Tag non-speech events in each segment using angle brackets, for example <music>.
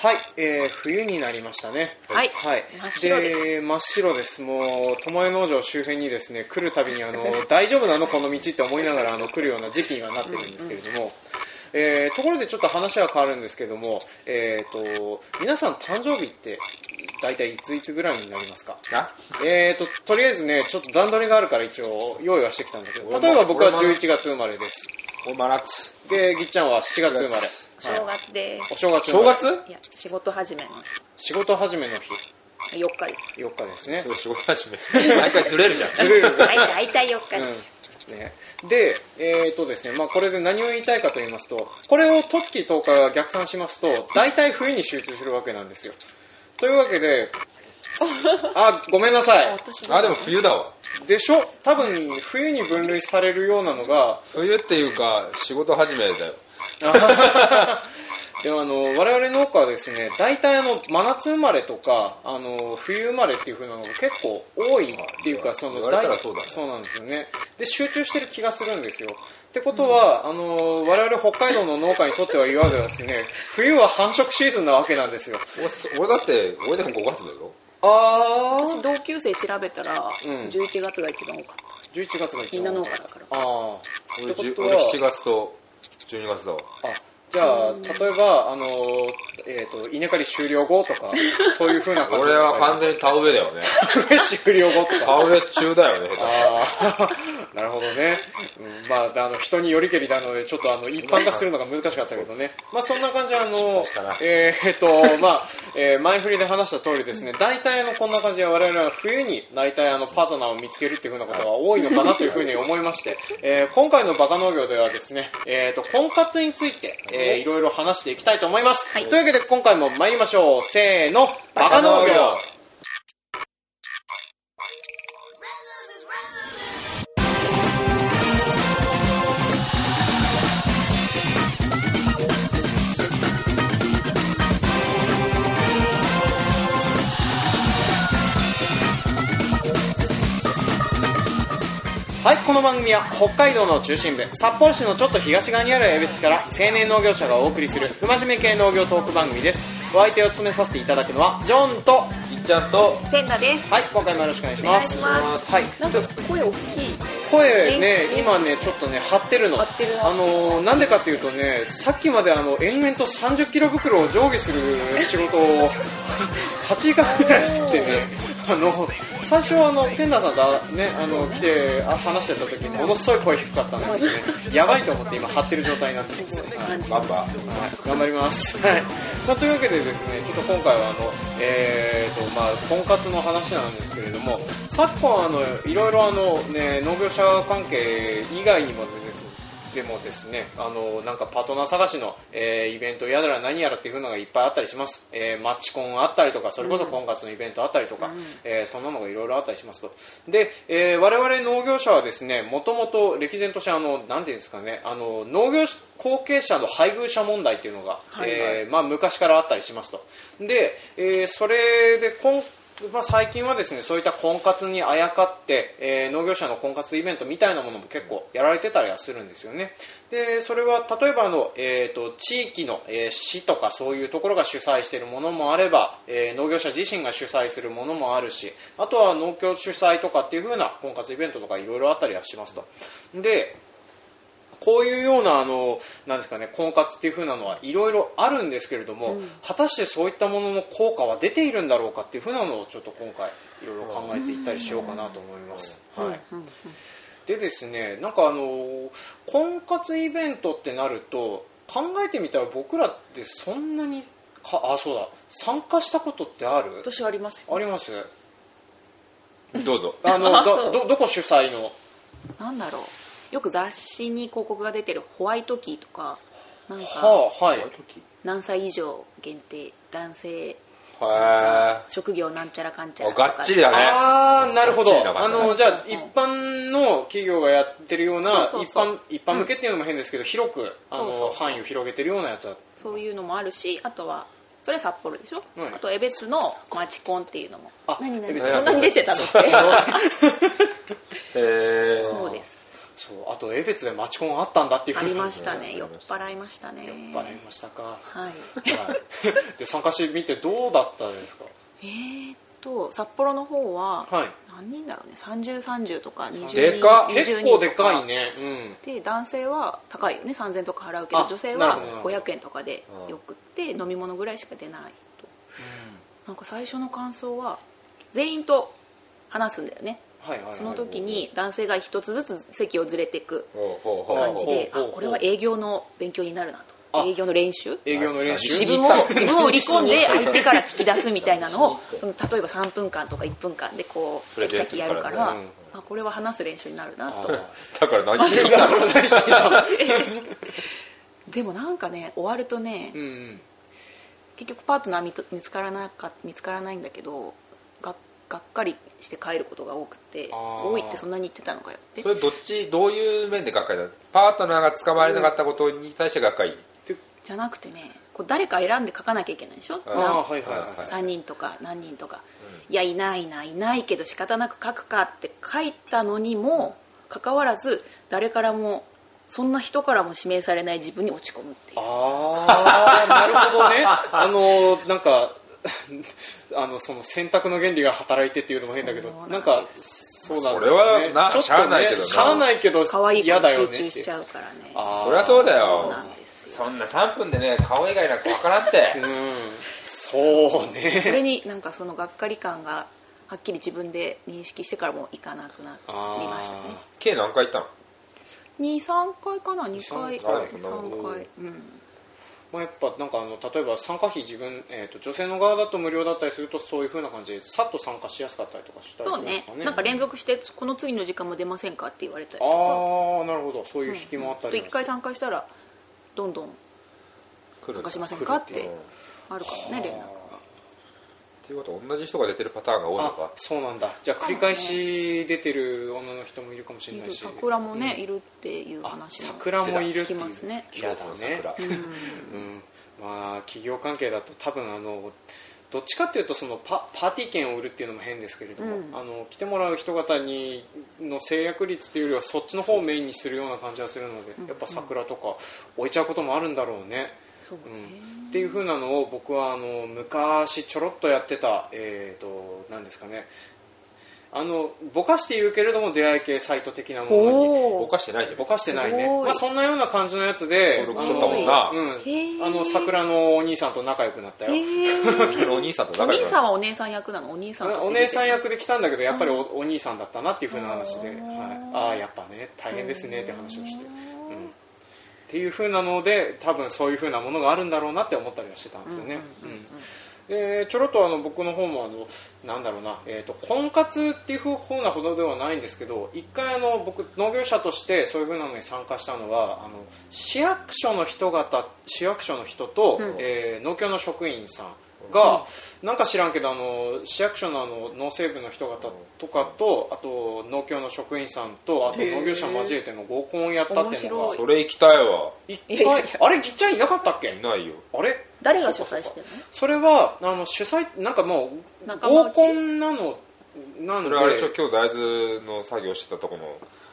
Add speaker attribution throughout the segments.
Speaker 1: はい、えー、冬になりましたね。
Speaker 2: はい
Speaker 1: はい、
Speaker 2: 真っ白です
Speaker 1: で真っ白です。もう巴農場周辺にですね来るたびにあの <laughs> 大丈夫なのこの道って思いながらあの来るような時期にはなってるんですけれども。えーところでちょっと話は変わるんですけども、えー、と皆さん誕生日って大体いついつぐらいになりますか
Speaker 3: あ
Speaker 1: えー、ととりあえずねちょっと段取りがあるから一応用意はしてきたんだけど例えば僕は11月生まれです
Speaker 3: お真夏
Speaker 1: でぎっちゃんは7月生まれ
Speaker 2: 正月です
Speaker 1: お正月生
Speaker 3: 正
Speaker 1: まれ
Speaker 3: 月
Speaker 2: いや仕事始めの
Speaker 1: 仕事始めの日
Speaker 2: 4日です
Speaker 1: 4日ですね
Speaker 3: そう仕事始め毎回ずれ
Speaker 1: <laughs>
Speaker 3: るじゃん
Speaker 1: ずれる
Speaker 2: 大体大体4日でし
Speaker 1: うんね、で、えーとですねまあ、これで何を言いたいかと言いますとこれを十月10日が逆算しますと大体冬に集中するわけなんですよというわけであごめんなさ
Speaker 2: ょ、
Speaker 1: い
Speaker 2: お年
Speaker 3: あでも
Speaker 2: 玉
Speaker 3: 冬だわ
Speaker 1: でしょ多分冬に分類されるようなのが
Speaker 3: 冬っていうか仕事始めだよ
Speaker 1: でもあの我々農家はですね大体あの真夏生まれとかあの冬生まれっていう風なのが結構多いっていうかその
Speaker 3: 言われたら
Speaker 1: 大体
Speaker 3: そうだね
Speaker 1: そうなんですよねで集中してる気がするんですよってことは、あの我々北海道の農家にとってはいわゆるですね冬は繁殖シーズンなわけなんですよ
Speaker 3: おそ俺だって俺でも5月だよ
Speaker 1: あ
Speaker 2: 私同級生調べたら
Speaker 1: うん
Speaker 2: 11月が一番多かっ
Speaker 1: 11月が一番
Speaker 2: みんな農家だから
Speaker 1: ああ
Speaker 3: 俺
Speaker 1: って
Speaker 3: じゅ
Speaker 1: こと
Speaker 3: 俺
Speaker 1: は
Speaker 3: 7月と12月だわ
Speaker 1: あじゃあ例えばあのえっ、と稲刈り終了後とかそういう風な感じ
Speaker 3: 俺は
Speaker 1: <laughs>
Speaker 3: 完全に田植えだよね
Speaker 1: 終了後とか
Speaker 3: 田植え中だよね下手
Speaker 1: ああ <laughs> なるほどね、うんまあ、あの人によりけりなのでちょっとあの一般化するのが難しかったけどね、まあ、そんな感じであの
Speaker 3: 失敗したな、
Speaker 1: えーっとまあえー前振りで話した通りですね大体あのこんな感じで我々は冬に大体あのパートナーを見つけるっていうふうなことが多いのかなというふうに思いまして、えー今回の「バカ農業」ではですね、えーっと婚活について、えーいろいろ話していきたいと思います、というわけで今回も参りましょうせーの「バカ農業」はい、この番組は北海道の中心部札幌市のちょっと東側にある恵比寿市から青年農業者がお送りする不真面目系農業トーク番組ですお相手を務めさせていただくのはジョンと
Speaker 3: いっちゃんと
Speaker 2: たペンダです
Speaker 1: はい今回もよろしくお願いします
Speaker 2: お願いします
Speaker 1: はい
Speaker 2: なんか声大きい
Speaker 1: 声ね
Speaker 2: え
Speaker 1: 今ねちょっとね張ってるの
Speaker 2: 張ってるな
Speaker 1: あのーなんでかっていうとねさっきまであの延々と3 0キロ袋を常備する仕事を <laughs> 8時間ぐらいしてきてね <laughs> あの最初はあのペンダーさんとねあの来てあ話してた時ものすごい声低かったので、ね、やばいと思って今張ってる状態になってます、 <laughs> はい
Speaker 3: バンバン
Speaker 1: はい、頑張ります。 <laughs> はい。まあ、というわけでですね、ちょっと今回はあの、えーと、まあ、婚活の話なんですけれども、昨今あの、いろいろあの、ね、農業者関係以外にもですねでもですね、あの、なんかパートナー探しの、えーイベントやだら何やらっていうのがいっぱいあったりします。えーマッチコンあったりとか、それこそ婚活のイベントあったりとか、えーそんなのがいろいろあったりしますと。で、えー我々農業者はですね、もともと歴然としてあの、なんていうんですかね、あの、農業後継者の配偶者問題っていうのが、
Speaker 2: はい
Speaker 1: えーまあ、昔からあったりしますと。で、えーそれで今まあ、最近はですねそういった婚活にあやかって、えー農業者の婚活イベントみたいなものも結構やられてたりはするんですよねでそれは例えばあの、えー、と地域の、えー市とかそういうところが主催しているものもあれば、えー農業者自身が主催するものもあるしあとは農協主催とかっていう風な婚活イベントとかいろいろあったりはしますとでこういうようなあのなんですかね婚活っていう風なのはいろいろあるんですけれども、果たしてそういったものの効果は出ているんだろうかっていう風なのをちょっと今回いろいろ考えていったりしようかなと思います。はい。でですねなんかあの婚活イベントってなると考えてみたら僕らってそんなにかあそうだ参加したことってある
Speaker 2: 年ありますよ
Speaker 1: あります
Speaker 3: どうぞ
Speaker 1: あの
Speaker 2: <laughs> あそ
Speaker 1: ど
Speaker 2: う
Speaker 1: どどこ主催の
Speaker 2: なんだろうよく雑誌に広告が出てるホワイトキーとかなんか
Speaker 1: はあはい
Speaker 2: 何歳以上限定男性
Speaker 3: へえ
Speaker 2: 職業なんちゃらかんちゃらと
Speaker 3: あ
Speaker 2: か
Speaker 3: がっちりだね
Speaker 1: ああなるほど
Speaker 3: こっちだから
Speaker 1: あ
Speaker 3: ね
Speaker 1: のじゃあ
Speaker 2: うん
Speaker 1: 一般の企業がやってるような
Speaker 2: そうそう
Speaker 1: 一
Speaker 2: そう
Speaker 1: 般一般向けっていうのも変ですけど広くあ
Speaker 2: そうそうそ
Speaker 1: の
Speaker 2: う
Speaker 1: 範囲を広げてるようなやつだ
Speaker 2: そういうのもあるしあとはそれは札幌でしょ、
Speaker 1: はい
Speaker 2: あと江別のマチコンっていうのも
Speaker 1: あ
Speaker 2: 何何
Speaker 1: 恵比寿 <laughs>
Speaker 2: そんなに出てたのって
Speaker 3: へえ
Speaker 2: そうです
Speaker 1: そうあと江別で町コンあったんだっていう
Speaker 2: あ
Speaker 1: ふうに
Speaker 2: りましたね
Speaker 3: ね
Speaker 2: 酔っ払いましたね
Speaker 1: 酔っ払いましたか、は
Speaker 2: はい
Speaker 1: い、で参加してみてどうだったですか
Speaker 2: えーっと札幌の方は
Speaker 1: はい
Speaker 2: 何人だろうね3030とか20人
Speaker 3: でかっ
Speaker 1: 結構でかい
Speaker 2: ね
Speaker 1: ねうん
Speaker 2: で男性は高いよね3000とか払うけど
Speaker 1: あ
Speaker 2: 女性
Speaker 1: な
Speaker 2: は
Speaker 1: るほどなるほど
Speaker 2: 500円とかでよくって飲み物ぐらいしか出ないとなんか最初の感想は全員と話すんだよね
Speaker 1: はいはいはい
Speaker 2: その時に男性が一つずつ席をずれていく
Speaker 3: ほうほうほう
Speaker 2: 感じ
Speaker 1: ほう
Speaker 2: で
Speaker 1: ほうほう
Speaker 2: あこれは営業の勉強になるな
Speaker 1: あ
Speaker 2: と営業の練習
Speaker 1: 営業の練習
Speaker 2: 自分を自分を売り込ん
Speaker 1: <laughs>
Speaker 2: で相手から聞き出すみたいなのをその例えば3分間とか1分間でこうチャ
Speaker 3: それ
Speaker 2: キチャキやるから
Speaker 1: ですからね
Speaker 2: あこれは話す練習になるな
Speaker 1: あ
Speaker 2: と
Speaker 3: だから何し
Speaker 1: ー
Speaker 3: てき
Speaker 2: <laughs>
Speaker 3: たの
Speaker 2: でもなんかね終わるとね
Speaker 1: <laughs> うんうん
Speaker 2: 結局パートナー見と見つからなか見つからないんだけどががっかりして帰ることが多くて
Speaker 1: あー
Speaker 2: 多いってそんなに言ってたのかよって
Speaker 3: それどっちどういう面でがっかりだパートナーが捕まえれなかったことに対してがっかり
Speaker 2: じゃなくてねこう誰か選んで書かなきゃいけないでしょ
Speaker 3: あー
Speaker 2: なん
Speaker 1: あーはいはいはい
Speaker 2: 3人とか何人とか、いやいないないないけど仕方なく書くかって書いたのにもかかわらず誰からもそんな人からも指名されない自分に落ち込むっていう
Speaker 1: ああなるほどねあのなんか <laughs> あのその選択の原理が働いてっていうのも変だけど
Speaker 2: そうなんです
Speaker 1: なんかそうなんです
Speaker 3: それはな
Speaker 1: ちょっとね
Speaker 3: しゃあないけどな
Speaker 1: しゃあないけど
Speaker 2: 可愛い子
Speaker 1: 嫌
Speaker 2: に
Speaker 1: だよ
Speaker 2: 集
Speaker 1: ね
Speaker 2: 中しち
Speaker 1: う
Speaker 2: ゃうからね
Speaker 1: あー
Speaker 3: そりゃそうだ
Speaker 2: そう
Speaker 3: よ
Speaker 2: なんですよ
Speaker 3: そんな3分でね顔以外なんかわからんって <laughs>
Speaker 1: うんそうね
Speaker 2: そ <laughs> れになんかそのがっかり感がはっきり自分で認識してからもう行かなくなりましたね
Speaker 1: あー
Speaker 3: 計何回行ったの
Speaker 2: 23回かな2回
Speaker 1: 二
Speaker 2: 3
Speaker 1: 三
Speaker 2: 回
Speaker 1: 回
Speaker 2: うん
Speaker 1: まあ、やっぱなんかあの例えば参加費自分、えー、と女性の側だと無料だったりするとそういう風な感じでさっと参加しやすかったりとかしたりする
Speaker 2: そうん
Speaker 1: で
Speaker 2: ね
Speaker 1: すかね
Speaker 2: なんか連続してこの次の時間も出ませんかって言われたり
Speaker 1: あ
Speaker 2: とか
Speaker 1: あなるほどそういう引きもあったり
Speaker 2: 1回参加したらどんどん
Speaker 3: 来る
Speaker 2: 参加しません
Speaker 1: 来る
Speaker 2: かっ
Speaker 1: ってい
Speaker 2: て
Speaker 1: う
Speaker 2: あるからね連絡が
Speaker 3: っていうことは同じ人が出てるパターンが多いの
Speaker 1: あ
Speaker 3: か
Speaker 1: そうなんだじゃあ繰り返し出てる女の人もいるかもしれ
Speaker 2: い
Speaker 1: ない
Speaker 2: る
Speaker 1: し
Speaker 2: 桜もねいるっていう
Speaker 1: あ
Speaker 2: 話も
Speaker 1: 桜もいるっていう
Speaker 2: 聞きますね
Speaker 1: 嫌だ
Speaker 3: 京
Speaker 1: ね
Speaker 3: 都の桜
Speaker 1: うんまあ企業関係だと多分あのどっちかっていうとそのパパーティー券を売るっていうのも変ですけれども、
Speaker 2: うん
Speaker 1: あの来てもらう人方にの制約率っていうよりはそっちの方をメインにするような感じがするので、
Speaker 2: ん
Speaker 1: やっぱ桜とか置いちゃうこともあるんだろうね。
Speaker 2: そう
Speaker 1: うん
Speaker 2: ね
Speaker 1: っていう風なのを僕はあの昔ちょろっとやってた、えー、と何ですかねあのぼかして言うけれども出会い系サイト的なものに
Speaker 2: お
Speaker 3: ぼ
Speaker 2: お
Speaker 3: かしてないじゃん
Speaker 1: ぼかしてないね
Speaker 2: すごい
Speaker 1: まあ、そんなような感じのやつで
Speaker 3: 登
Speaker 1: あ
Speaker 3: 録
Speaker 1: の
Speaker 3: しとったもんな
Speaker 1: うん、
Speaker 2: へー
Speaker 1: あの桜のお兄さんと仲良くなったよ、 <laughs>
Speaker 3: 昨日お兄さんと
Speaker 2: お
Speaker 3: 仲
Speaker 2: 兄
Speaker 3: 良くなった
Speaker 2: さんはお姉さん役なのお兄さんとして
Speaker 1: お
Speaker 2: 出てる
Speaker 1: 姉さん役で来たんだけどやっぱりお,、お兄さんだったなっていう風な話で、
Speaker 2: あ
Speaker 1: はい
Speaker 2: ー、
Speaker 1: ああやっぱね大変ですねって話をして、うん、っていう風なので多分そういう風なものがあるんだろうなって思ったりはしてたんですよね、
Speaker 2: うんうんうんうん
Speaker 1: うんでちょろっとあの僕の方もあのなんだろうな、えー、と婚活っていう方なほどではないんですけど一回あの僕農業者としてそういう風なのに参加したのはあの市役所の人方市役所の人と、
Speaker 2: うん
Speaker 1: えー農協の職員さんが、なんか知らんけどあの市役所のあの農政部の人方とかとあと農協の職員さんとあと農業者交えての合コンをやったっていうの
Speaker 2: 面白
Speaker 1: が
Speaker 2: い
Speaker 3: それ行きたいわ
Speaker 1: 一
Speaker 2: いやいやい
Speaker 1: 回
Speaker 2: や
Speaker 1: あれぎっちゃんいなかったっけ
Speaker 3: いないよ
Speaker 1: あれ
Speaker 2: 誰が主催してる
Speaker 1: それはあの主催なんかもう
Speaker 2: 仲間内
Speaker 1: 合コンなのなん
Speaker 3: そ
Speaker 1: で
Speaker 3: れあれでしょ今日大豆の作業してたとこの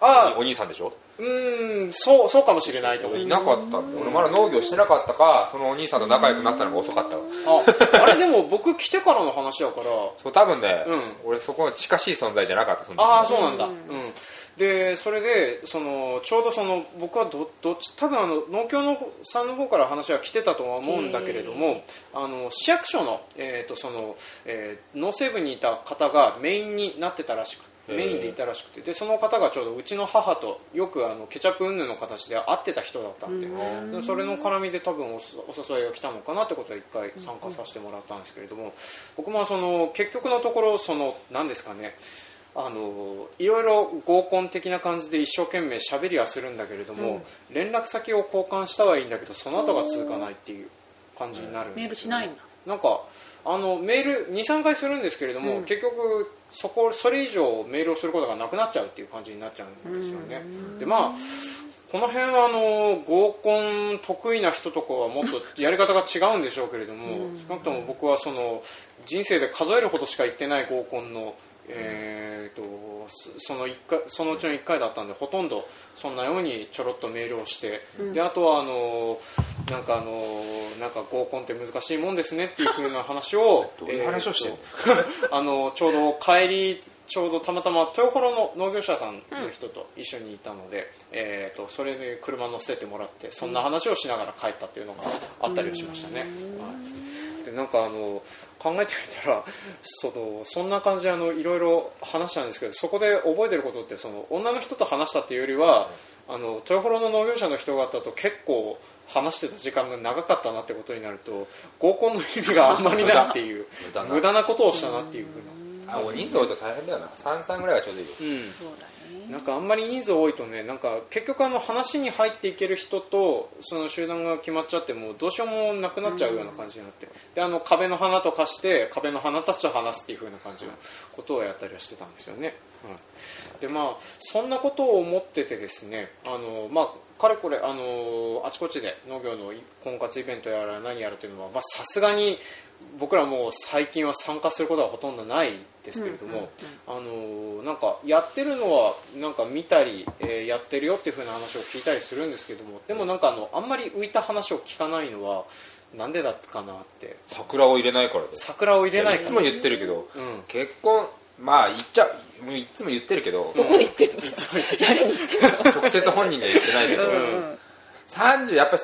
Speaker 1: あ
Speaker 3: お兄さんでしょ
Speaker 1: うーんそうそうかもしれないと思う
Speaker 3: いなかったんだ俺まだ農業してなかったかそのお兄さんと仲良くなったのが遅かったわ
Speaker 1: ああれでも僕来てからの話やから
Speaker 3: そう多分ね、
Speaker 1: うん
Speaker 3: 俺そこは近しい存在じゃなかったその時
Speaker 1: ああそうなんだ、
Speaker 2: う
Speaker 1: うんんでそれでそのちょうどその僕はどどっち多分あの農協の方さんの方から話は来てたとは思うんだけれどもあの市役所の,、えーとそのえー農政部にいた方がメインになってたらしく
Speaker 3: へー
Speaker 1: メインでいたらしくてでその方がちょうどうちの母とよくあのケチャップ云々の形で会ってた人だったんででそれの絡みで多分おすお誘いが来たのかなってことで一回参加させてもらったんですけれども僕もその結局のところその何ですかねあのいろいろ合コン的な感じで一生懸命喋りはするんだけれども、連絡先を交換したはいいんだけどその後が続かないっていう感じになるん
Speaker 2: の
Speaker 1: で
Speaker 2: メールしないんだ
Speaker 1: なんかあのメール23回するんですけれども、
Speaker 2: うん
Speaker 1: 結局そこそれ以上メールをすることがなくなっちゃうっていう感じになっちゃうんですよね、でまあこの辺はあの合コン得意な人とかはもっとやり方が違うんでしょうけれども、少なくとも僕はその人生で数えるほどしか行ってない合コンの、えー、とそその一回そのうちの1回だったんでほとんどそんなようにちょろっとメールをして、であとはあのなんかあのなんか合コンって難しいもんですねっていうふうな話を
Speaker 3: どういう話をしてんの
Speaker 1: えーと <laughs> あのちょうど帰りちょうどたまたま豊幌の農業者さんの人と一緒にいたので、えー、とそれで車乗せてもらってそんな話をしながら帰ったっていうのがあったりはしましたね。はいでなんかあの考えてみたらそのそんな感じであのいろいろ話したんですけどそこで覚えてることってその女の人と話したっていうよりは、あの豊幌の農業者の人方と結構話してた時間が長かったなってことになると合コンの意味があんまりないっていう
Speaker 3: 無駄な
Speaker 1: 無駄なことをしたなっていうふうな。
Speaker 3: あお人数多いと大変だよな33ぐらいがちょうどいい
Speaker 1: う
Speaker 3: よ
Speaker 1: ん
Speaker 2: そうだね
Speaker 1: なんかあんまり人数多いとねなんか結局あの話に入っていける人とその集団が決まっちゃってもうどうしようもなくなっちゃうような感じになって、であの壁の花と化して壁の花たちと話すっていう風な感じのことをやったりはしてたんですよね、うん、でまあそんなことを思っててですねあのまあかれこれ、あのあちこちで農業の婚活イベントやら何やらというのはまあさすがに僕らもう最近は参加することはほとんどないですけれども、あのーなんかやってるのはなんか見たり、えーやってるよっていう風な話を聞いたりするんですけどもでもなんかあのあんまり浮いた話を聞かないのはなんでだったかなって
Speaker 3: 桜を入れないからで
Speaker 1: 桜を入れない
Speaker 3: い
Speaker 1: か
Speaker 3: つ
Speaker 1: ら
Speaker 3: も言ってるけど、
Speaker 1: うん
Speaker 3: 結婚まあ言っちゃうもういつも言ってるけど
Speaker 2: どこで言ってるの誰に
Speaker 3: 直接本人には言ってないけど、
Speaker 2: うん
Speaker 3: 30やっぱり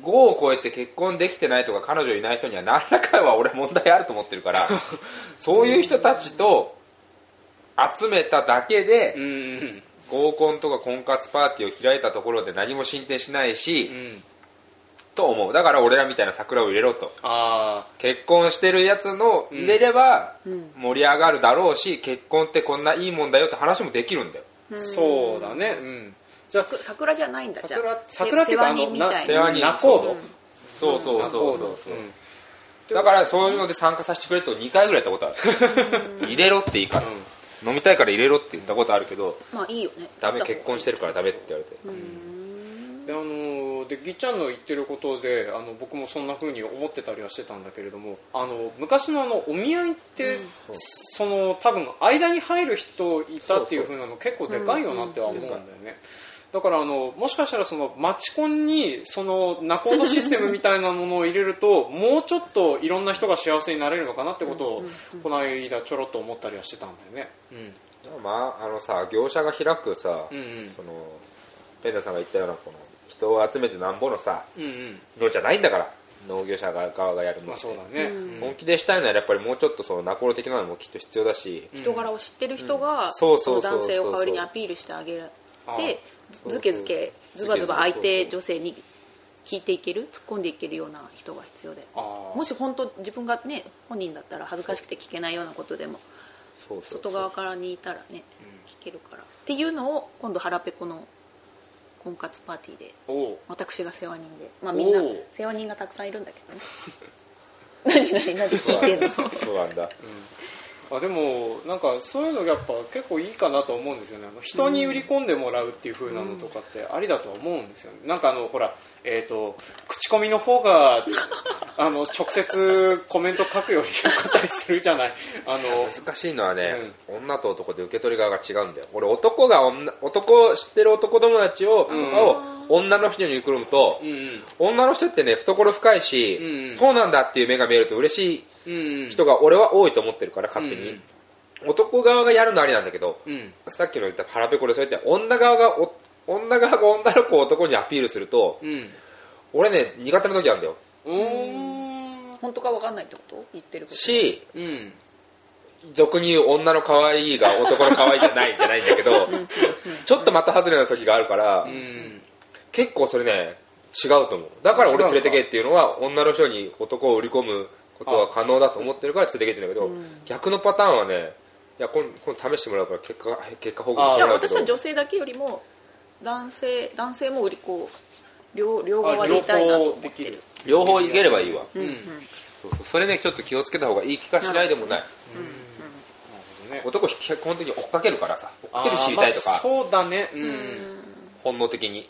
Speaker 3: 35を超えて結婚できてないとか彼女いない人には何らかは俺問題あると思ってるから
Speaker 2: <laughs>
Speaker 3: そういう人たちと集めただけ
Speaker 1: う
Speaker 3: で
Speaker 1: ん
Speaker 3: 合コンとか婚活パーティーを開いたところで何も進展しないし、
Speaker 1: うん
Speaker 3: と思うだから俺らみたいな桜を入れろと
Speaker 1: あ
Speaker 3: 結婚してるやつの入れれば
Speaker 2: ん
Speaker 3: 盛り上がるだろうし結婚ってこんないいもんだよって話もできるんだよ
Speaker 1: あそうだねうんじゃあ
Speaker 2: さ桜じゃないんだじゃあ
Speaker 1: 桜桜っていうかあ
Speaker 2: 世話人
Speaker 1: の
Speaker 2: みたいな
Speaker 3: 世話人
Speaker 1: ナコード
Speaker 3: そうそうそうそうそう、
Speaker 1: ん
Speaker 3: だからそういうので参加させてくれと2回ぐらいやったことある <laughs> 入れろっていいから、飲みたいから入れろって言ったことあるけど
Speaker 2: まあいいよね
Speaker 3: ダメ結婚してるからダメって言われて
Speaker 1: であのーでぎっちゃんの言ってることであの僕もそんな風に思ってたりはしてたんだけれどもあの昔のあのお見合いって、その多分間に入る人いたっていう風なの結構でかいよなっては思うんだよね、だからあのもしかしたらそのマチコンにそのナコードシステムみたいなものを入れるともうちょっといろんな人が幸せになれるのかなってことをこの間ちょろっと思ったりはしてたんだよね。
Speaker 3: まああのさ業者が開くさ、
Speaker 1: うん、うん
Speaker 3: そのペンダさんが言ったようなこの人を集めてなんぼのさ
Speaker 1: うんうん
Speaker 3: のじゃないんだから農業者側がやる
Speaker 1: ま
Speaker 3: のって
Speaker 1: あそうだね、うん
Speaker 3: 本気でしたいならやっぱりもうちょっとそのナコロ的なのもきっと必要だし、
Speaker 2: 人柄を知ってる人が
Speaker 3: そう
Speaker 2: そ
Speaker 3: そ
Speaker 2: の
Speaker 3: うそうそう
Speaker 2: 男性を代わりにアピールしてあげる
Speaker 1: ああ
Speaker 2: で
Speaker 3: そう
Speaker 2: ずけずけ
Speaker 3: そう
Speaker 2: ズバズバ相
Speaker 3: そう
Speaker 2: 手
Speaker 3: そう
Speaker 2: 女性に聞いていける突っ込んでいけるような人が必要で
Speaker 1: ああ
Speaker 2: もし本当自分がね本人だったら恥ずかしくて聞けないようなことでも
Speaker 3: そうそうそ
Speaker 2: 外
Speaker 3: う
Speaker 2: 側からにいたらね聞けるからっていうのを今度腹ペコの婚活パーティーで
Speaker 1: おう
Speaker 2: 私が世話人でまあみんな
Speaker 1: おう
Speaker 2: 世話人がたくさんいるんだけどね何何何聞いてんの
Speaker 3: そうなんだ
Speaker 1: あでもなんかそういうのがやっぱ結構いいかなと思うんですよねあの人に売り込んでもらうっていう風なのとかってありだとは思うんですよねなんかあのほらえっ、と口コミの方があの直接コメント書くより良かったりするじゃないあの
Speaker 3: 難しいのはね、女と男で受け取り側が違うんだよ俺男が女男知ってる男友達を,、
Speaker 1: ん
Speaker 3: を女の人に送ると、
Speaker 1: うんうん
Speaker 3: 女の人ってね懐深いし、
Speaker 1: うんうん
Speaker 3: そうなんだっていう目が見えると嬉し
Speaker 1: うんうん
Speaker 3: い人が俺は多いと思ってるから勝手に、
Speaker 1: うん
Speaker 3: 男側がやるのありなんだけど、
Speaker 1: うん
Speaker 3: さっきの言った腹ペコでそうやって女側がお女側が女の子を男にアピールすると
Speaker 1: うん
Speaker 3: 俺ね苦手な時あるんだよ
Speaker 1: おー
Speaker 2: 本当か分かんないってこと言ってること
Speaker 3: し
Speaker 1: うん
Speaker 3: 俗に言う女の可愛いが男の可愛いじゃないじゃないんだけどちょっとまた外れな時があるから、
Speaker 1: うん
Speaker 3: 結構それね違うと思うだから俺連れてけっていうのは女の人に男を売り込むことは可能だと思ってるから連れてけって言うんだけど、逆のパターンはねいや今今度試してもらうから結果結果報告し
Speaker 2: じ
Speaker 3: て
Speaker 2: ゃあ
Speaker 3: もらうけ
Speaker 2: 私は
Speaker 3: ど
Speaker 2: 女性だけよりも男性男性も売り子両両
Speaker 1: あ
Speaker 2: 側でいたいなと
Speaker 1: 両
Speaker 2: 思
Speaker 1: 方
Speaker 2: って
Speaker 1: でき
Speaker 2: る
Speaker 1: る
Speaker 3: 両方いければいいわ、
Speaker 1: うんな
Speaker 3: そうそうそれねちょっと気をつけた方がいい気がしないでもない
Speaker 1: るほどね
Speaker 3: 男基本的に追っかけるからさ追っかける知りたいと
Speaker 1: あーまあ
Speaker 3: か
Speaker 1: そうだねうん
Speaker 3: 本能的に、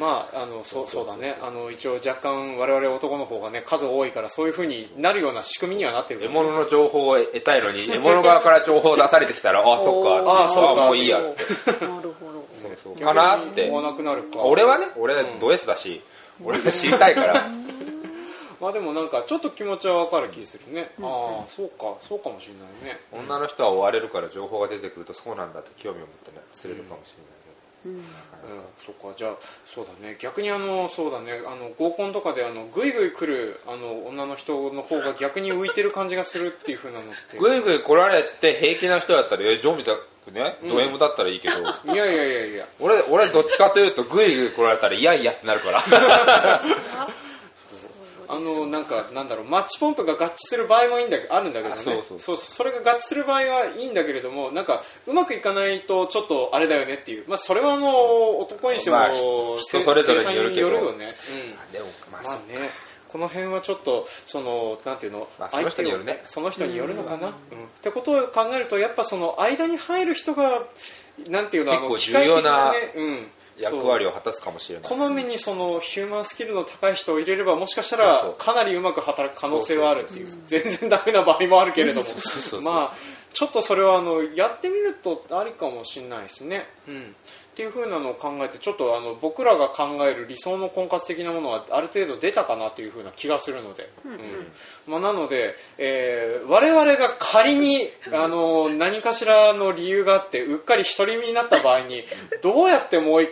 Speaker 1: まああのそうそうだねあの一応若干我々男の方がね数多いからそういうふうになるような仕組みにはなってる
Speaker 3: 獲物の情報を得たいのに獲物側から情報を出されてきたらああそっか
Speaker 1: あそっか
Speaker 3: もういいやって
Speaker 2: なるほど
Speaker 3: そうそうかなって
Speaker 1: 思わなくなるか
Speaker 3: 俺はね俺ド S だし、俺が知りたいから
Speaker 1: まあでもなんかちょっと気持ちはわかる気するね、ああそうかそうかもしれないね
Speaker 3: 女の人は追われるから情報が出てくるとそうなんだって興味を持ってね釣れるかもしれないけど、
Speaker 1: うん、そっかじゃあそうだね逆にあのそうだねあの合コンとかであのぐいぐい来るあの女の人の方が逆に浮いてる感じがするっていう風なのって
Speaker 3: ぐいぐい来られて平気な人だったら、え、ジョーみたくね、ド M だったらいいけど、
Speaker 1: いやいやいやいや
Speaker 3: 俺、俺どっちかというと、ぐいぐい来られたら、いやいやってなるから。
Speaker 1: あのなんかなんだろうマッチポンプが合致する場合もいいんだけあるんだけどね
Speaker 3: あそうそう
Speaker 1: そうそれが合致する場合はいいんだけれどもなんかうまくいかないとちょっとあれだよねっていうまあそれはあの男にしても、
Speaker 3: まあ人人それぞれによるけど
Speaker 1: 生産よね、うん
Speaker 3: でも、まあ、
Speaker 1: まあね、この辺はちょっとそのなんていうの、
Speaker 3: まあその人によるね
Speaker 1: 相手をその人によるのかな、うんってことを考えるとやっぱその間に入る人がなんていうのあの
Speaker 3: 結構重要
Speaker 1: 機
Speaker 3: な
Speaker 1: 械的ねうん
Speaker 3: 役
Speaker 1: そう
Speaker 3: 割を果たすかもしれない。
Speaker 1: こまめにそのヒューマンスキルの高い人を入れればもしかしたら
Speaker 3: そうそ
Speaker 1: か
Speaker 3: う
Speaker 1: なりうまく働く可能性はあるっていう全然ダメな場合もあるけれども
Speaker 3: <laughs> そうそうそう
Speaker 1: まあちょっとそれはあのやってみるとありかもしれないですね、うん、っていう風なのを考えてちょっとあの僕らが考える理想の婚活的なものはある程度出たかなという風な気がするので、うんまあ、なので、えー我々が仮にあの何かしらの理由があってうっかり独り身になった場合にどうやってもう一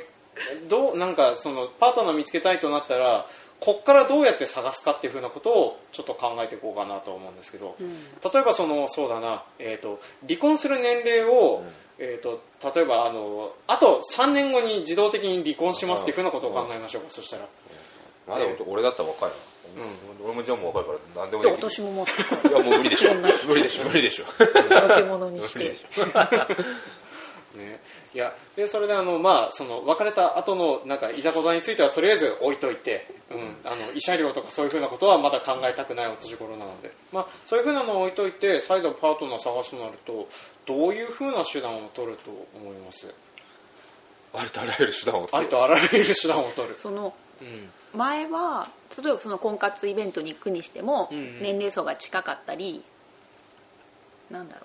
Speaker 1: どうなんかそのパートナー見つけたいとなったらこっからどうやって探すかっていうふうなことをちょっと考えていこうかなと思うんですけど、例えばそのそうだな、えー、と離婚する年齢を、えー、と例えばあのあと3年後に自動的に離婚しますっていうふうなことを考えましょうか、そしたら
Speaker 3: まだ俺俺だったら若いわ。俺もジョンも若いから、なんでも
Speaker 2: いや
Speaker 3: できる。
Speaker 2: 私ももっ
Speaker 3: いや、もう無理でしょ。無理でしょ、無理でしょ。
Speaker 2: とのけ物にし
Speaker 3: 無理
Speaker 2: て
Speaker 3: でしょ
Speaker 1: ね、いやでそれであの、まあ、その別れた後のなんかいざこざについてはとりあえず置いといて、うん、あの慰謝料とかそういうふうなことはまだ考えたくないお年頃なので、まあ、そういうふうなのを置いといて再度パートナー探すとなるとどういうふうな手段を取ると思います
Speaker 3: ありとあらゆる手段を
Speaker 1: ありとあらゆる手段を取る、
Speaker 2: その
Speaker 1: うん
Speaker 2: 前は例えばその婚活イベントに行くにしても
Speaker 1: うんうん
Speaker 2: 年齢層が近かったり、なんだろう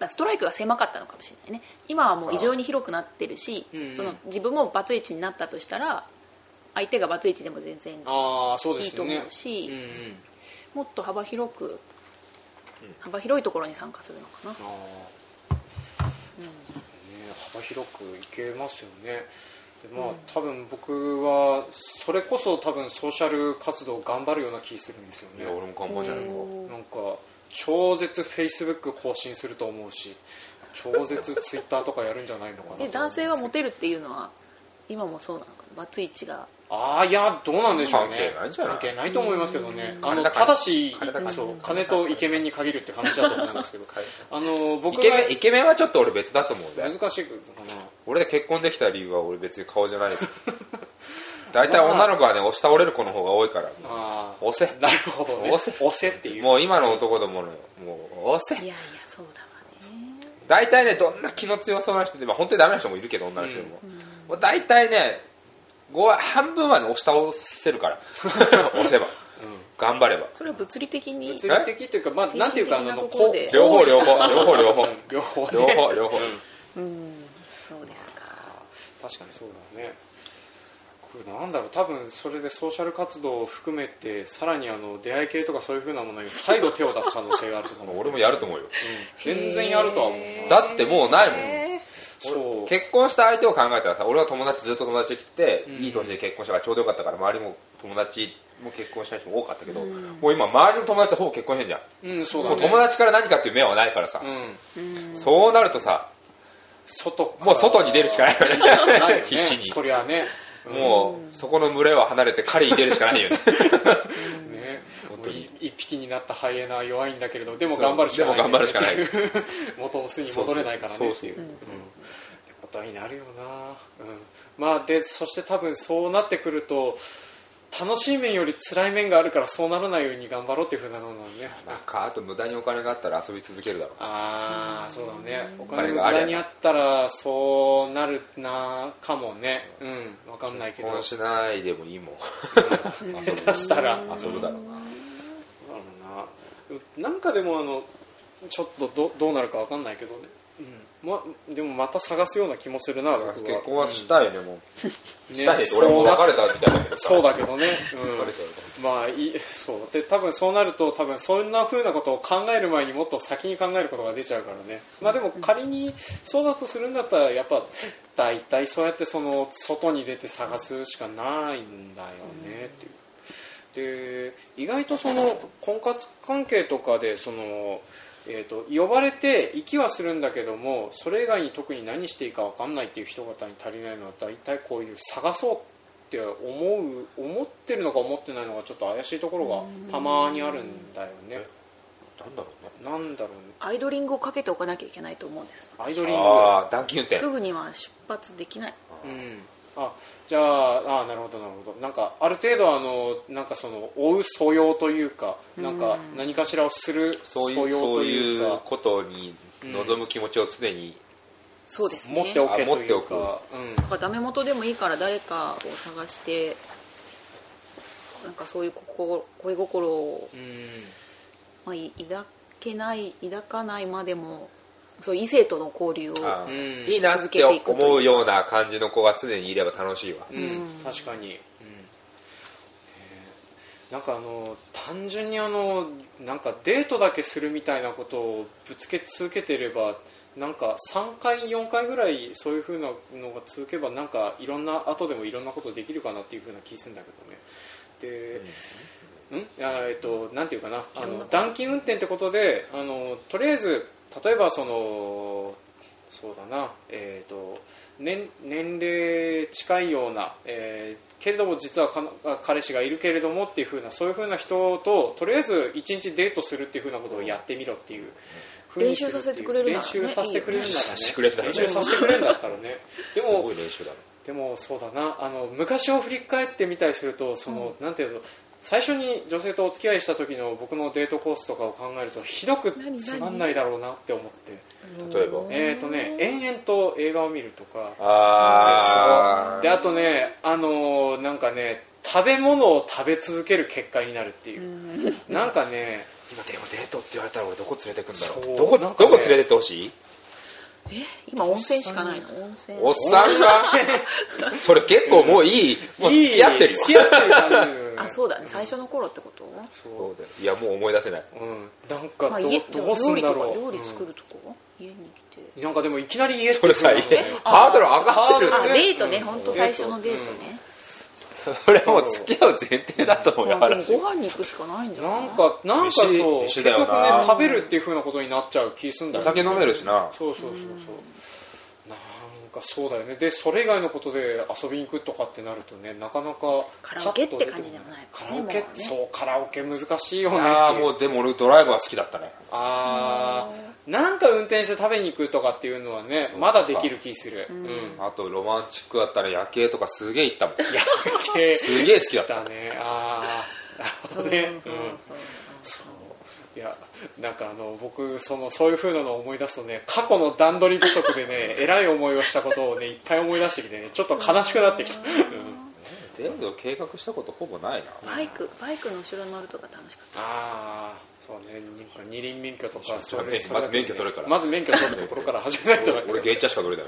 Speaker 2: だからストライクが狭かったのかもしれないね今はもう異常に広くなってるし、
Speaker 1: うんうん
Speaker 2: その自分もバツイチになったとしたら相手がバツイチでも全然
Speaker 1: ああそうで
Speaker 2: いい
Speaker 1: す
Speaker 2: と
Speaker 1: よね
Speaker 2: 思うし
Speaker 1: うんうん
Speaker 2: もっと幅広く幅広いところに参加するのかな、
Speaker 1: ああ、ね、幅広くいけますよねでまあ、多分僕はそれこそ多分ソーシャル活動を頑張るような気するんですよ
Speaker 3: い
Speaker 1: ね
Speaker 3: や、俺も頑張るじゃないか。
Speaker 1: なんか超絶フェイスブック更新すると思うし超絶ツイッターとかやるんじゃないのかなと
Speaker 2: で男性はモテるっていうのは今もそうなのかなバツイチが
Speaker 1: ああいやどうなんでしょうね
Speaker 3: 関係ないんじゃない
Speaker 1: 関係ないと思いますけどねあの
Speaker 3: 金だか
Speaker 1: た
Speaker 3: ら
Speaker 1: だし
Speaker 3: 金だから
Speaker 1: そう金とイケメンに限るって感じだと思うんですけどあの
Speaker 3: イ
Speaker 1: 僕
Speaker 3: ケ
Speaker 1: が
Speaker 3: メン、イケメンはちょっと俺別だと思うんだよ。
Speaker 1: 難しいかな
Speaker 3: 俺で結婚できた理由は俺別に顔じゃない大体女の子はね押し倒れる子の方が多いから
Speaker 1: ああ
Speaker 3: 押せ
Speaker 1: なるほど、ね、
Speaker 3: 押せ
Speaker 1: 押せっていう
Speaker 3: もう今の男どものよもう押
Speaker 2: いや
Speaker 3: せ
Speaker 2: いやそうだわね
Speaker 3: 大体ねどんな気の強そうな人でも本当にダメな人もいるけど女の人でも,、もう大体ねご半分はね押し倒せるから押せば、頑張れば
Speaker 2: それは物理的に
Speaker 1: 物理的というかまあ
Speaker 2: え
Speaker 1: なんていうかあの
Speaker 2: 精神
Speaker 1: こ
Speaker 2: 的なところ
Speaker 1: う
Speaker 2: で
Speaker 3: 両方両方両方両方
Speaker 1: うん両方ね
Speaker 3: <laughs> 両方両方
Speaker 2: うんそうですか
Speaker 1: 確かにそうだねこれなんだろう多分それでソーシャル活動を含めてさらにあの出会い系とかそういうふうなものに再度手を出す可能性があるとかも、うん
Speaker 3: <laughs> 俺もやると思うよ
Speaker 1: 全然やるとは思うな
Speaker 3: だってもうないもん
Speaker 1: そう
Speaker 3: 結婚した相手を考えたらさ俺は友達ずっと友達で来て、
Speaker 1: ん
Speaker 3: いい年で結婚したからちょうどよかったから周りも友達も結婚した人も多かったけど、もう今周りの友達はほぼ結婚してんじゃん、
Speaker 1: うんそうだ
Speaker 3: も
Speaker 1: ね
Speaker 3: う友達から何かっていう目はないからさ、
Speaker 1: うん
Speaker 3: そうなるとさ
Speaker 1: 外から
Speaker 3: もう外に出るしかないよ
Speaker 1: ない
Speaker 3: ね
Speaker 1: よね
Speaker 3: <laughs> 必死に
Speaker 1: そりゃねうん
Speaker 3: もうそこの群れを離れて狩りに出るしかないよね
Speaker 1: ね
Speaker 3: 本
Speaker 1: も
Speaker 3: 当
Speaker 1: う
Speaker 3: に
Speaker 1: い一匹になったハイエナは弱いんだけれどでも頑張るしかない
Speaker 3: でも頑張るしかない
Speaker 1: <laughs> 元オスに <laughs> 戻れないからね
Speaker 3: そうそう
Speaker 1: っていううんってことになるよな、うん、まあでそして多分そうなってくると楽しい面より辛い面があるからそうならないように頑張ろうっていうふうなのなのね
Speaker 3: なんかあと無駄にお金があったら遊び続けるだろう
Speaker 1: ああそうだねお
Speaker 3: 金
Speaker 1: 金
Speaker 3: があ
Speaker 1: が
Speaker 3: り
Speaker 1: 無
Speaker 3: ゃ
Speaker 1: 駄にあったらそうなるなかもねうんわかんないけ
Speaker 3: 結
Speaker 1: ど
Speaker 3: 婚しないでもいいもん
Speaker 1: 下手したらあ
Speaker 3: 遊ぶだろうな
Speaker 1: るななんかでもあのちょっとどどうなるかわかんないけどね、うんま、でもまた探すような気もするな僕は
Speaker 3: 結婚はしたいねもう
Speaker 1: うん
Speaker 3: したいね
Speaker 1: ね
Speaker 3: 俺も別れたみたいだけどさ
Speaker 1: そうだけどね、
Speaker 3: 別れた
Speaker 1: う
Speaker 3: よ
Speaker 1: ん、まあいいそうで多分そうなると多分そんな風なことを考える前にもっと先に考えることが出ちゃうからねまあでも仮にそうだとするんだったらやっぱ大体そうやってその外に出て探すしかないんだよねっていう。で意外とその婚活関係とかでその、えー、と呼ばれて行きはするんだけどもそれ以外に特に何していいか分かんないっていう人方に足りないのは大体こういう探そうって思う思ってるのか思ってないのがちょっと怪しいところがたまにあるんだよね
Speaker 3: なんだろうね
Speaker 1: なんだろうね
Speaker 2: アイドリングをかけておかなきゃいけないと思うんです
Speaker 1: アイドリング
Speaker 3: ああー暖気運転
Speaker 2: すぐには出発できない
Speaker 1: うん、あじゃああなるほどなるほどなんかある程度あのなんかその追う素養というかなんか何かしらをする
Speaker 3: そ
Speaker 1: 素
Speaker 3: う
Speaker 1: 養
Speaker 3: いう
Speaker 1: と
Speaker 3: そう
Speaker 1: いう
Speaker 3: いう
Speaker 1: か
Speaker 3: ことに望む気持ちを常に
Speaker 2: そうですね
Speaker 1: 持っておけ
Speaker 3: あ持
Speaker 1: と
Speaker 3: っ
Speaker 1: い
Speaker 3: てお
Speaker 1: う
Speaker 3: く
Speaker 1: か
Speaker 2: なんかダメ元でもいいから誰かを探してなんかそういう心恋心を、
Speaker 1: うん、
Speaker 2: まあ、い抱けない抱かないまでもそう異性との交流を
Speaker 3: あ
Speaker 1: う
Speaker 3: ー
Speaker 1: ん
Speaker 3: いいなって思うような感じの子が常にいれば楽しいわ
Speaker 1: うん
Speaker 2: うん
Speaker 1: 確かに、うんねなんかあの単純にあのなんかデートだけするみたいなことをぶつけ続けてればなんか3回4回ぐらいそういう風なのが続けばなんかいろんな後でもいろんなことできるかなっていう風な気するんだけどねで、んあえっと、なんていうかな、あ
Speaker 2: いろんな
Speaker 1: の
Speaker 2: こと
Speaker 1: 暖気運転ってことで、あのとりあえず、例えばその、そうだな、えっと年年齢近いような、えーけれども実はかな彼氏がいるけれどもっていう風な、そういう風な人と、とりあえず一日デートするっていう風なことをやってみろっていう。風にすっていう
Speaker 2: 練習させてくれるなら
Speaker 1: 練
Speaker 2: ね
Speaker 1: 習させてくれるんだ
Speaker 3: いいよねしてくれるならね
Speaker 1: 練習させてくれるんだったらね。ですも
Speaker 3: ごい練習だろ
Speaker 1: でもそうだなあの昔を振り返ってみたりするとその、なんていうの最初に女性とお付き合いした時の僕のデートコースとかを考えるとひどく
Speaker 2: 何何
Speaker 1: つまんないだろうなって思って
Speaker 3: 例えば
Speaker 2: うん
Speaker 1: えっ、ー、とね延々と映画を見るとか
Speaker 3: あ
Speaker 1: であとねあのーなんかね食べ物を食べ続ける結果になるっていうう、
Speaker 2: ん
Speaker 1: なんかね
Speaker 3: 今でもデートって言われたら俺どこ連れてくんだろ
Speaker 1: そう
Speaker 3: うどこ
Speaker 1: なんか
Speaker 3: ど
Speaker 1: ね
Speaker 3: こ連れてってほしい
Speaker 2: え今温泉しかないの温泉
Speaker 3: おっさん <laughs> がそれ結構もういいもう
Speaker 1: いい
Speaker 3: 付き合ってるよ
Speaker 1: 付き合ってる感じですよね
Speaker 2: あそうだね最初の頃ってこと
Speaker 1: そ
Speaker 3: そうだよいやもう思い出せない
Speaker 1: うん、なんかど,、
Speaker 2: まあ家で
Speaker 1: ど
Speaker 2: も
Speaker 1: うす
Speaker 2: 料
Speaker 1: ん
Speaker 2: 理
Speaker 1: だ
Speaker 2: とか
Speaker 1: ろう
Speaker 2: 料理作
Speaker 1: うん
Speaker 2: るとこ家に来て
Speaker 1: なんかでもいきなり家って
Speaker 3: これさ
Speaker 1: そうなのね
Speaker 3: ハードル上がってる
Speaker 2: あ
Speaker 1: ね
Speaker 2: デートね
Speaker 1: うん
Speaker 2: 本当最初のデートね
Speaker 3: それもう付き合う前提だと思うよ
Speaker 2: まあでも
Speaker 3: 話
Speaker 2: ご飯に行くしかないんじゃない
Speaker 1: なんか、なんかそう、
Speaker 3: 飯
Speaker 1: 結局
Speaker 3: 飯だよ
Speaker 1: ね
Speaker 3: な、
Speaker 1: 食べるっていう風なことになっちゃう気すんだ
Speaker 3: お
Speaker 1: よ、
Speaker 3: 酒飲めるしな
Speaker 1: そうそうそうそう。なんかそうだよね。で、それ以外のことで遊びに行くとかってなるとね、なかなか
Speaker 2: カラオケって
Speaker 1: パッと出く
Speaker 2: 感
Speaker 1: る
Speaker 2: じでもない
Speaker 1: カラオ
Speaker 2: もう
Speaker 1: ケ、
Speaker 2: ね
Speaker 1: そう、カラオケ難しいよね。
Speaker 3: ああもうでも俺ドライブは好きだったね
Speaker 1: あーなんか運転して食べに行くとかっていうのはね、まだできる気する。 <laughs> うん。
Speaker 3: あとロマンチックだったら夜景とかすげえ行ったもん
Speaker 1: 夜景
Speaker 3: すげえ好きだった
Speaker 1: だね。ああ、なるほどね。うんいやなんかあの僕そのそういう風なのを思い出すとね過去の段取り不足でねえらい思いをしたことをねいっぱい思い出してきてねちょっと悲しくなってきた、うん
Speaker 3: デート計画したことほぼないな
Speaker 2: バイクバイクの後ろに乗るとか楽しかっ
Speaker 1: ああそうねなんか二輪免許とか
Speaker 3: そう
Speaker 1: れ
Speaker 3: ね
Speaker 1: それだけでね
Speaker 3: まず免許取るから
Speaker 1: まず免許取るところから始めないとだけど
Speaker 3: <laughs> 俺ゲイチャしか乗れない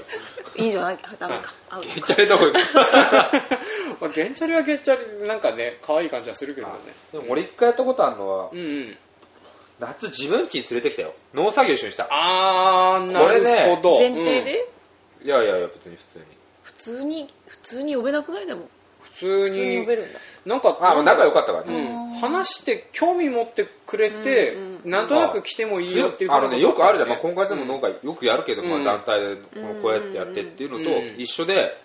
Speaker 2: たいいんじゃないあダメか合うの
Speaker 3: ゲイ
Speaker 2: か
Speaker 3: チャでどこ行く
Speaker 1: まあゲンチャリはゲンチャリなんかね可愛い感じはするけどね
Speaker 3: でも俺一回やったことあるのは
Speaker 1: うんうん
Speaker 3: 夏自分家に連れてきたよ農作業一緒にした
Speaker 1: ああな
Speaker 3: これね
Speaker 1: るほど
Speaker 2: 前提で、
Speaker 3: いやいやいや別に普通に
Speaker 2: 普通に普通に呼べなくないでも
Speaker 1: うん普通
Speaker 2: 普通に呼
Speaker 1: に
Speaker 2: べるんだ
Speaker 1: なんか
Speaker 3: あまあ
Speaker 1: なんだろ
Speaker 3: 仲
Speaker 1: う
Speaker 3: 良かったからね、
Speaker 1: うん、話して興味持ってくれて、
Speaker 2: うんうんうん
Speaker 1: なんとなく来てもいいよっていう
Speaker 3: あのねよくあるじゃん、まあ、
Speaker 1: 今
Speaker 3: 今回でも農家よくやるけど、ま
Speaker 1: う
Speaker 3: あ、
Speaker 1: ん
Speaker 3: 団体でこのこうやってやってっていうの
Speaker 1: うん
Speaker 3: と一緒で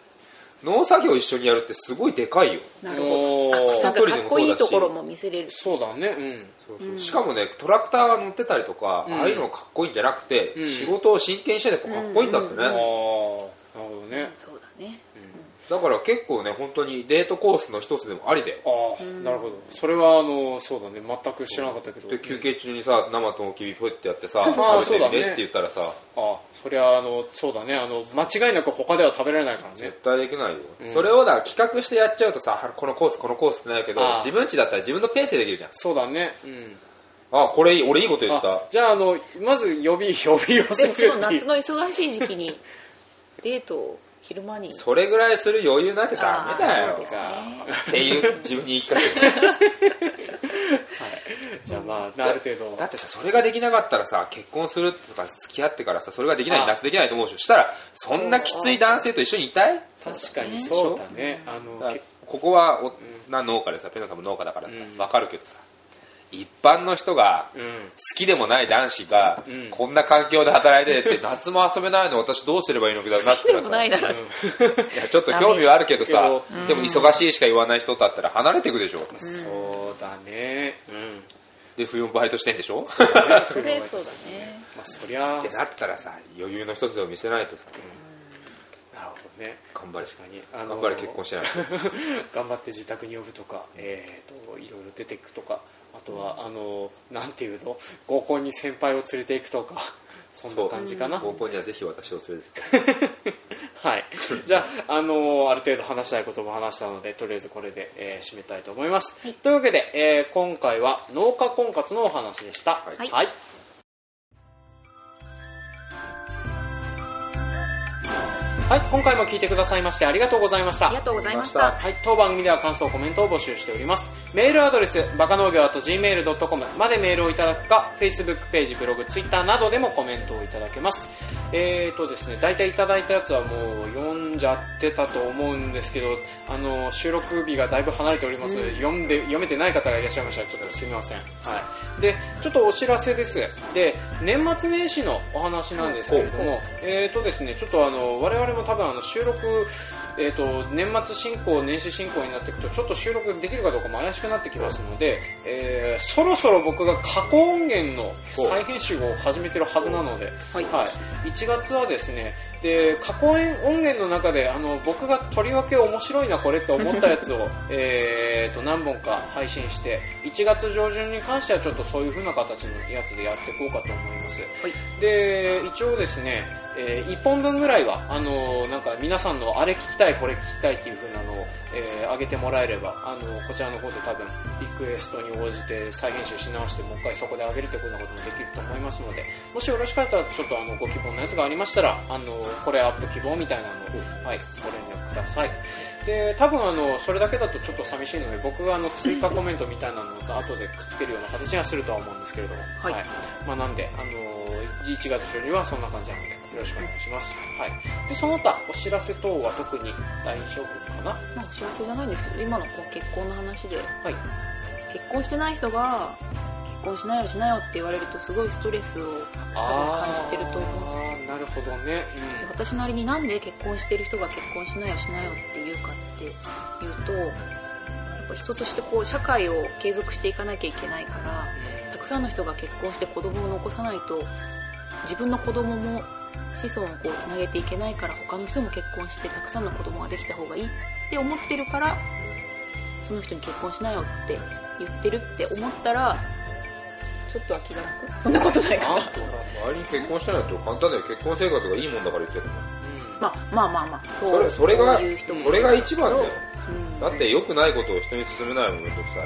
Speaker 3: 農作業一緒にやるってすごいでかいよ
Speaker 2: なるほ
Speaker 1: おー
Speaker 2: どなんかかっこいいところも見せれるし
Speaker 1: そうだねうん
Speaker 3: しかもねトラクターが乗ってたりとか、
Speaker 1: うん
Speaker 3: ああいうのかっこいいんじゃなくて、
Speaker 1: うん
Speaker 3: 仕事を真剣にしててやっぱかっこいいんだってね、
Speaker 1: ああなるほどね
Speaker 2: そうだね
Speaker 3: だから結構ね本当にデートコースの一つでもありだよ
Speaker 1: ああ、なるほどそれはあのそうだね全く知らなかったけど
Speaker 3: で休憩中にさ生とおきびポイってやってさ
Speaker 1: ああ
Speaker 3: 食
Speaker 1: そう
Speaker 3: べてみ
Speaker 1: だ
Speaker 3: ね
Speaker 1: ね
Speaker 3: って言ったらさ
Speaker 1: ああそりゃあのそうだねあの間違いなく他では食べられないからね
Speaker 3: 絶対できないよ、それをだ企画してやっちゃうとさこのコースこのコースってなるけど
Speaker 1: ああ
Speaker 3: 自分ちだったら自分のペースでできるじゃん
Speaker 1: そうだねうん
Speaker 3: あこれいい俺いいこと言った
Speaker 1: あじゃああのまず予 <laughs> 備予備をす
Speaker 2: で
Speaker 1: る
Speaker 2: も
Speaker 1: っ
Speaker 2: その
Speaker 1: てい
Speaker 2: 夏
Speaker 1: う
Speaker 2: の忙しい時期にデートを昼間に
Speaker 3: それぐらいする余裕なきゃダメだ
Speaker 2: ああ
Speaker 3: よ
Speaker 2: そうですね
Speaker 3: っていう自分に言い聞かせ <laughs> て
Speaker 1: じゃあまあある程度
Speaker 3: だってさそれができなかったらさ結婚するとか付き合ってからさそれができない
Speaker 1: ああ
Speaker 3: 夏できないと思うししたらそんなきつい男性と一緒にいたい
Speaker 1: 確かにそうだねあの
Speaker 3: だから
Speaker 1: け
Speaker 3: ここはおな農家でさペナさんも農家だからさ
Speaker 1: うん
Speaker 3: わかるけどさ一般の人が
Speaker 1: うん
Speaker 3: 好きでもない男子が
Speaker 1: うん
Speaker 3: こんな環境で働いて <laughs> て夏も遊べないの私どうすればいいのかなって
Speaker 2: でもないなら
Speaker 3: <laughs> いやちょっと興味はあるけど
Speaker 1: ダメ
Speaker 3: さ
Speaker 1: ー
Speaker 3: でも忙しいしか言わない人だったら離れていくでしょ
Speaker 1: そうだねうん
Speaker 3: で冬もバイトしてんでしょ
Speaker 2: それそうだね
Speaker 1: まあそりゃ
Speaker 3: ってなったらさ余裕の一つでも見せないとさ
Speaker 1: なるほどね
Speaker 3: 頑張れ
Speaker 1: 確かに、あの
Speaker 3: 頑張れ結婚してない
Speaker 1: 頑張って自宅に呼ぶとか、えー、といろいろ出ていくとかあとは、あのなんていうの合コンに先輩を連れていくとかそんな感じかな、
Speaker 3: 合コンにはぜひ私を連れてって
Speaker 1: はい、じゃあ、あのある程度話したいことも話したのでとりあえずこれで、えー締めたいと思います、というわけで、えー今回は農家婚活のお話でした、
Speaker 3: はい
Speaker 1: はいはい、今回も聞いてくださいましてありがとうございました
Speaker 2: ありがとうございました
Speaker 1: はい、当番組では感想コメントを募集しておりますメールアドレスバカ農業 .gmail.com までメールをいただくか Facebook ページブログ Twitter などでもコメントをいただけますえーとですね大体いただいたやつはもう読んじゃってたと思うんですけどあの収録日がだいぶ離れております、読んで読めてない方がいらっしゃいましたらちょっとすみません、はい、でちょっとお知らせですで年末年始のお話なんですけれども、えーとですね、ちょっとあの我々も多分あの収録、えー、と年末進行、年始進行になっていくとちょっと収録できるかどうかも怪しくなってきますので、えーそろそろ僕が過去音源の再編集を始めてるはずなので、
Speaker 2: はい
Speaker 1: 1月はですねで過去音源の中であの僕がとりわけ面白いなこれって思ったや
Speaker 2: <laughs>
Speaker 1: つをえーと何本か配信して1月上旬に関してはちょっとそういう風な形のやつでやっていこうかと思います。で一応ですね、え1本分ぐらいはあのーなんか皆さんのあれ聞きたいこれ聞きたいっていう風なのを、えー上げてもらえれば、あのーこちらの方で多分リクエストに応じて再編集し直してもう一回そこで上げるっていう風なこともできると思いますのでもしよろしかったらちょっとあのご希望のやつがありましたら、あのーこれアップ希望みたいなのを、はい、ご連絡くださいで多分あのそれだけだとちょっと寂しいので僕があの追加コメントみたいなの <laughs> と後でくっつけるような形にはするとは思うんですけれども、
Speaker 2: はい
Speaker 1: まあ、なんで、あのー、1月中旬はそんな感じなのでよろしくお願いします、はい、でその他お知らせ等は特に大丈夫かな
Speaker 2: まあ幸せじゃないんですけど今のこう結婚の話で
Speaker 1: はい
Speaker 2: 結婚してない人が結婚しないよしないよって言われるとすごいストレスを多分感じてると思うんです
Speaker 1: あー
Speaker 2: よ
Speaker 1: なるほどね、
Speaker 2: で私なりになんで結婚してる人が結婚しないよしないよって言うかっていうとやっぱ人としてこう社会を継続していかなきゃいけないからたくさんの人が結婚して子供を残さないと自分の子供も子孫をこうつなげていけないから他の人も結婚してたくさんの子供ができた方がいいって思ってるからその人に結婚しなよって言ってるって思ったらちょっとは気が楽そんなことないか
Speaker 1: あ
Speaker 2: な
Speaker 1: とは
Speaker 3: 周りに結婚してないと簡単だよ結婚生活がいいもんだから言ってる
Speaker 1: う
Speaker 3: の
Speaker 1: ん
Speaker 2: まあまあまあまあ
Speaker 3: そ
Speaker 2: そう
Speaker 3: れそれが
Speaker 2: そういう人も
Speaker 3: それが一番だよ <laughs>
Speaker 2: うん
Speaker 3: だって良くないことを人に勧めないもんめんどくさい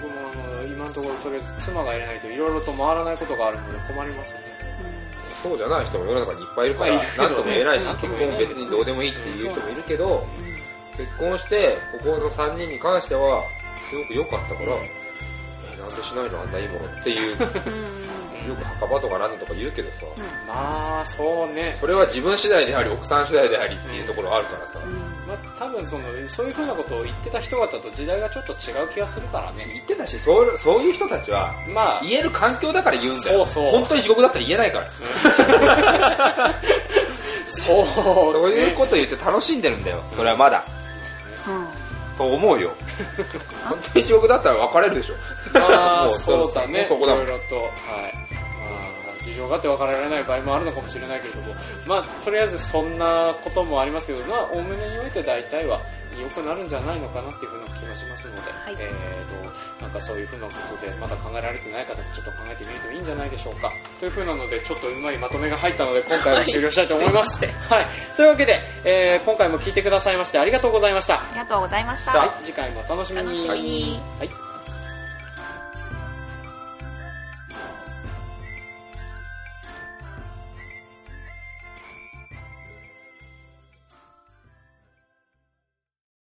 Speaker 1: 僕もあの今のところとりあえず妻がいないといろいろと回らないことがあるので困りますね
Speaker 3: そうじゃない人も世の中にいっぱいいるから
Speaker 1: いっぱいいる
Speaker 3: 何
Speaker 1: け
Speaker 3: と
Speaker 1: ど
Speaker 3: も
Speaker 1: ね
Speaker 3: 言えないし
Speaker 1: なん
Speaker 3: 結
Speaker 1: とも言え
Speaker 3: 婚
Speaker 1: ない
Speaker 3: 別にどうでもいいっていう人もいるけど結婚してここの3人に関してはすごく良かったからえなんでしないのあんないいものっていうよく
Speaker 2: うんうん
Speaker 3: 墓場とかなんだとか言うけどさ
Speaker 2: うん
Speaker 1: まあそうね
Speaker 3: それは自分次第であり奥さん次第でありっていうところあるからさ
Speaker 1: まあ、多分そのそういうふうなことを言ってた人方と時代がちょっと違う気がするからね
Speaker 3: 言ってたしそうそういう人たちは
Speaker 1: まあ
Speaker 3: 言える環境だから言うんだよ
Speaker 1: そうそう
Speaker 3: 本当に地獄だったら言えないから
Speaker 1: そう
Speaker 3: そういう
Speaker 1: ね
Speaker 3: こと言って楽しんでるんだよそれはまだ
Speaker 2: うん
Speaker 3: と思 <laughs> うよ本当に地獄だったら別れるでしょ
Speaker 1: まあ
Speaker 3: もう
Speaker 1: そうだね
Speaker 3: そこだも
Speaker 1: いろ
Speaker 3: ん
Speaker 1: いろとはいまあ事情があって別れられない場合もあるのかもしれないけれども、まあ、とりあえずそんなこともありますけど、まあ、おおむねにおいて大体は良くなるんじゃないのかなっていうふうな気がしますので、
Speaker 2: い
Speaker 1: えーとなんかそういうふうなことでまだ考えられてない方もちょっと考えてみるといいんじゃないでしょうかというふうなのでちょっとうまいまとめが入ったので今回は終了したいと思います。はい、というわけで、えー今回も聞いてくださいましてありがとうございました。
Speaker 2: ありがとうございました、
Speaker 1: はい、次回もお楽しみ
Speaker 2: 楽しみに
Speaker 1: はい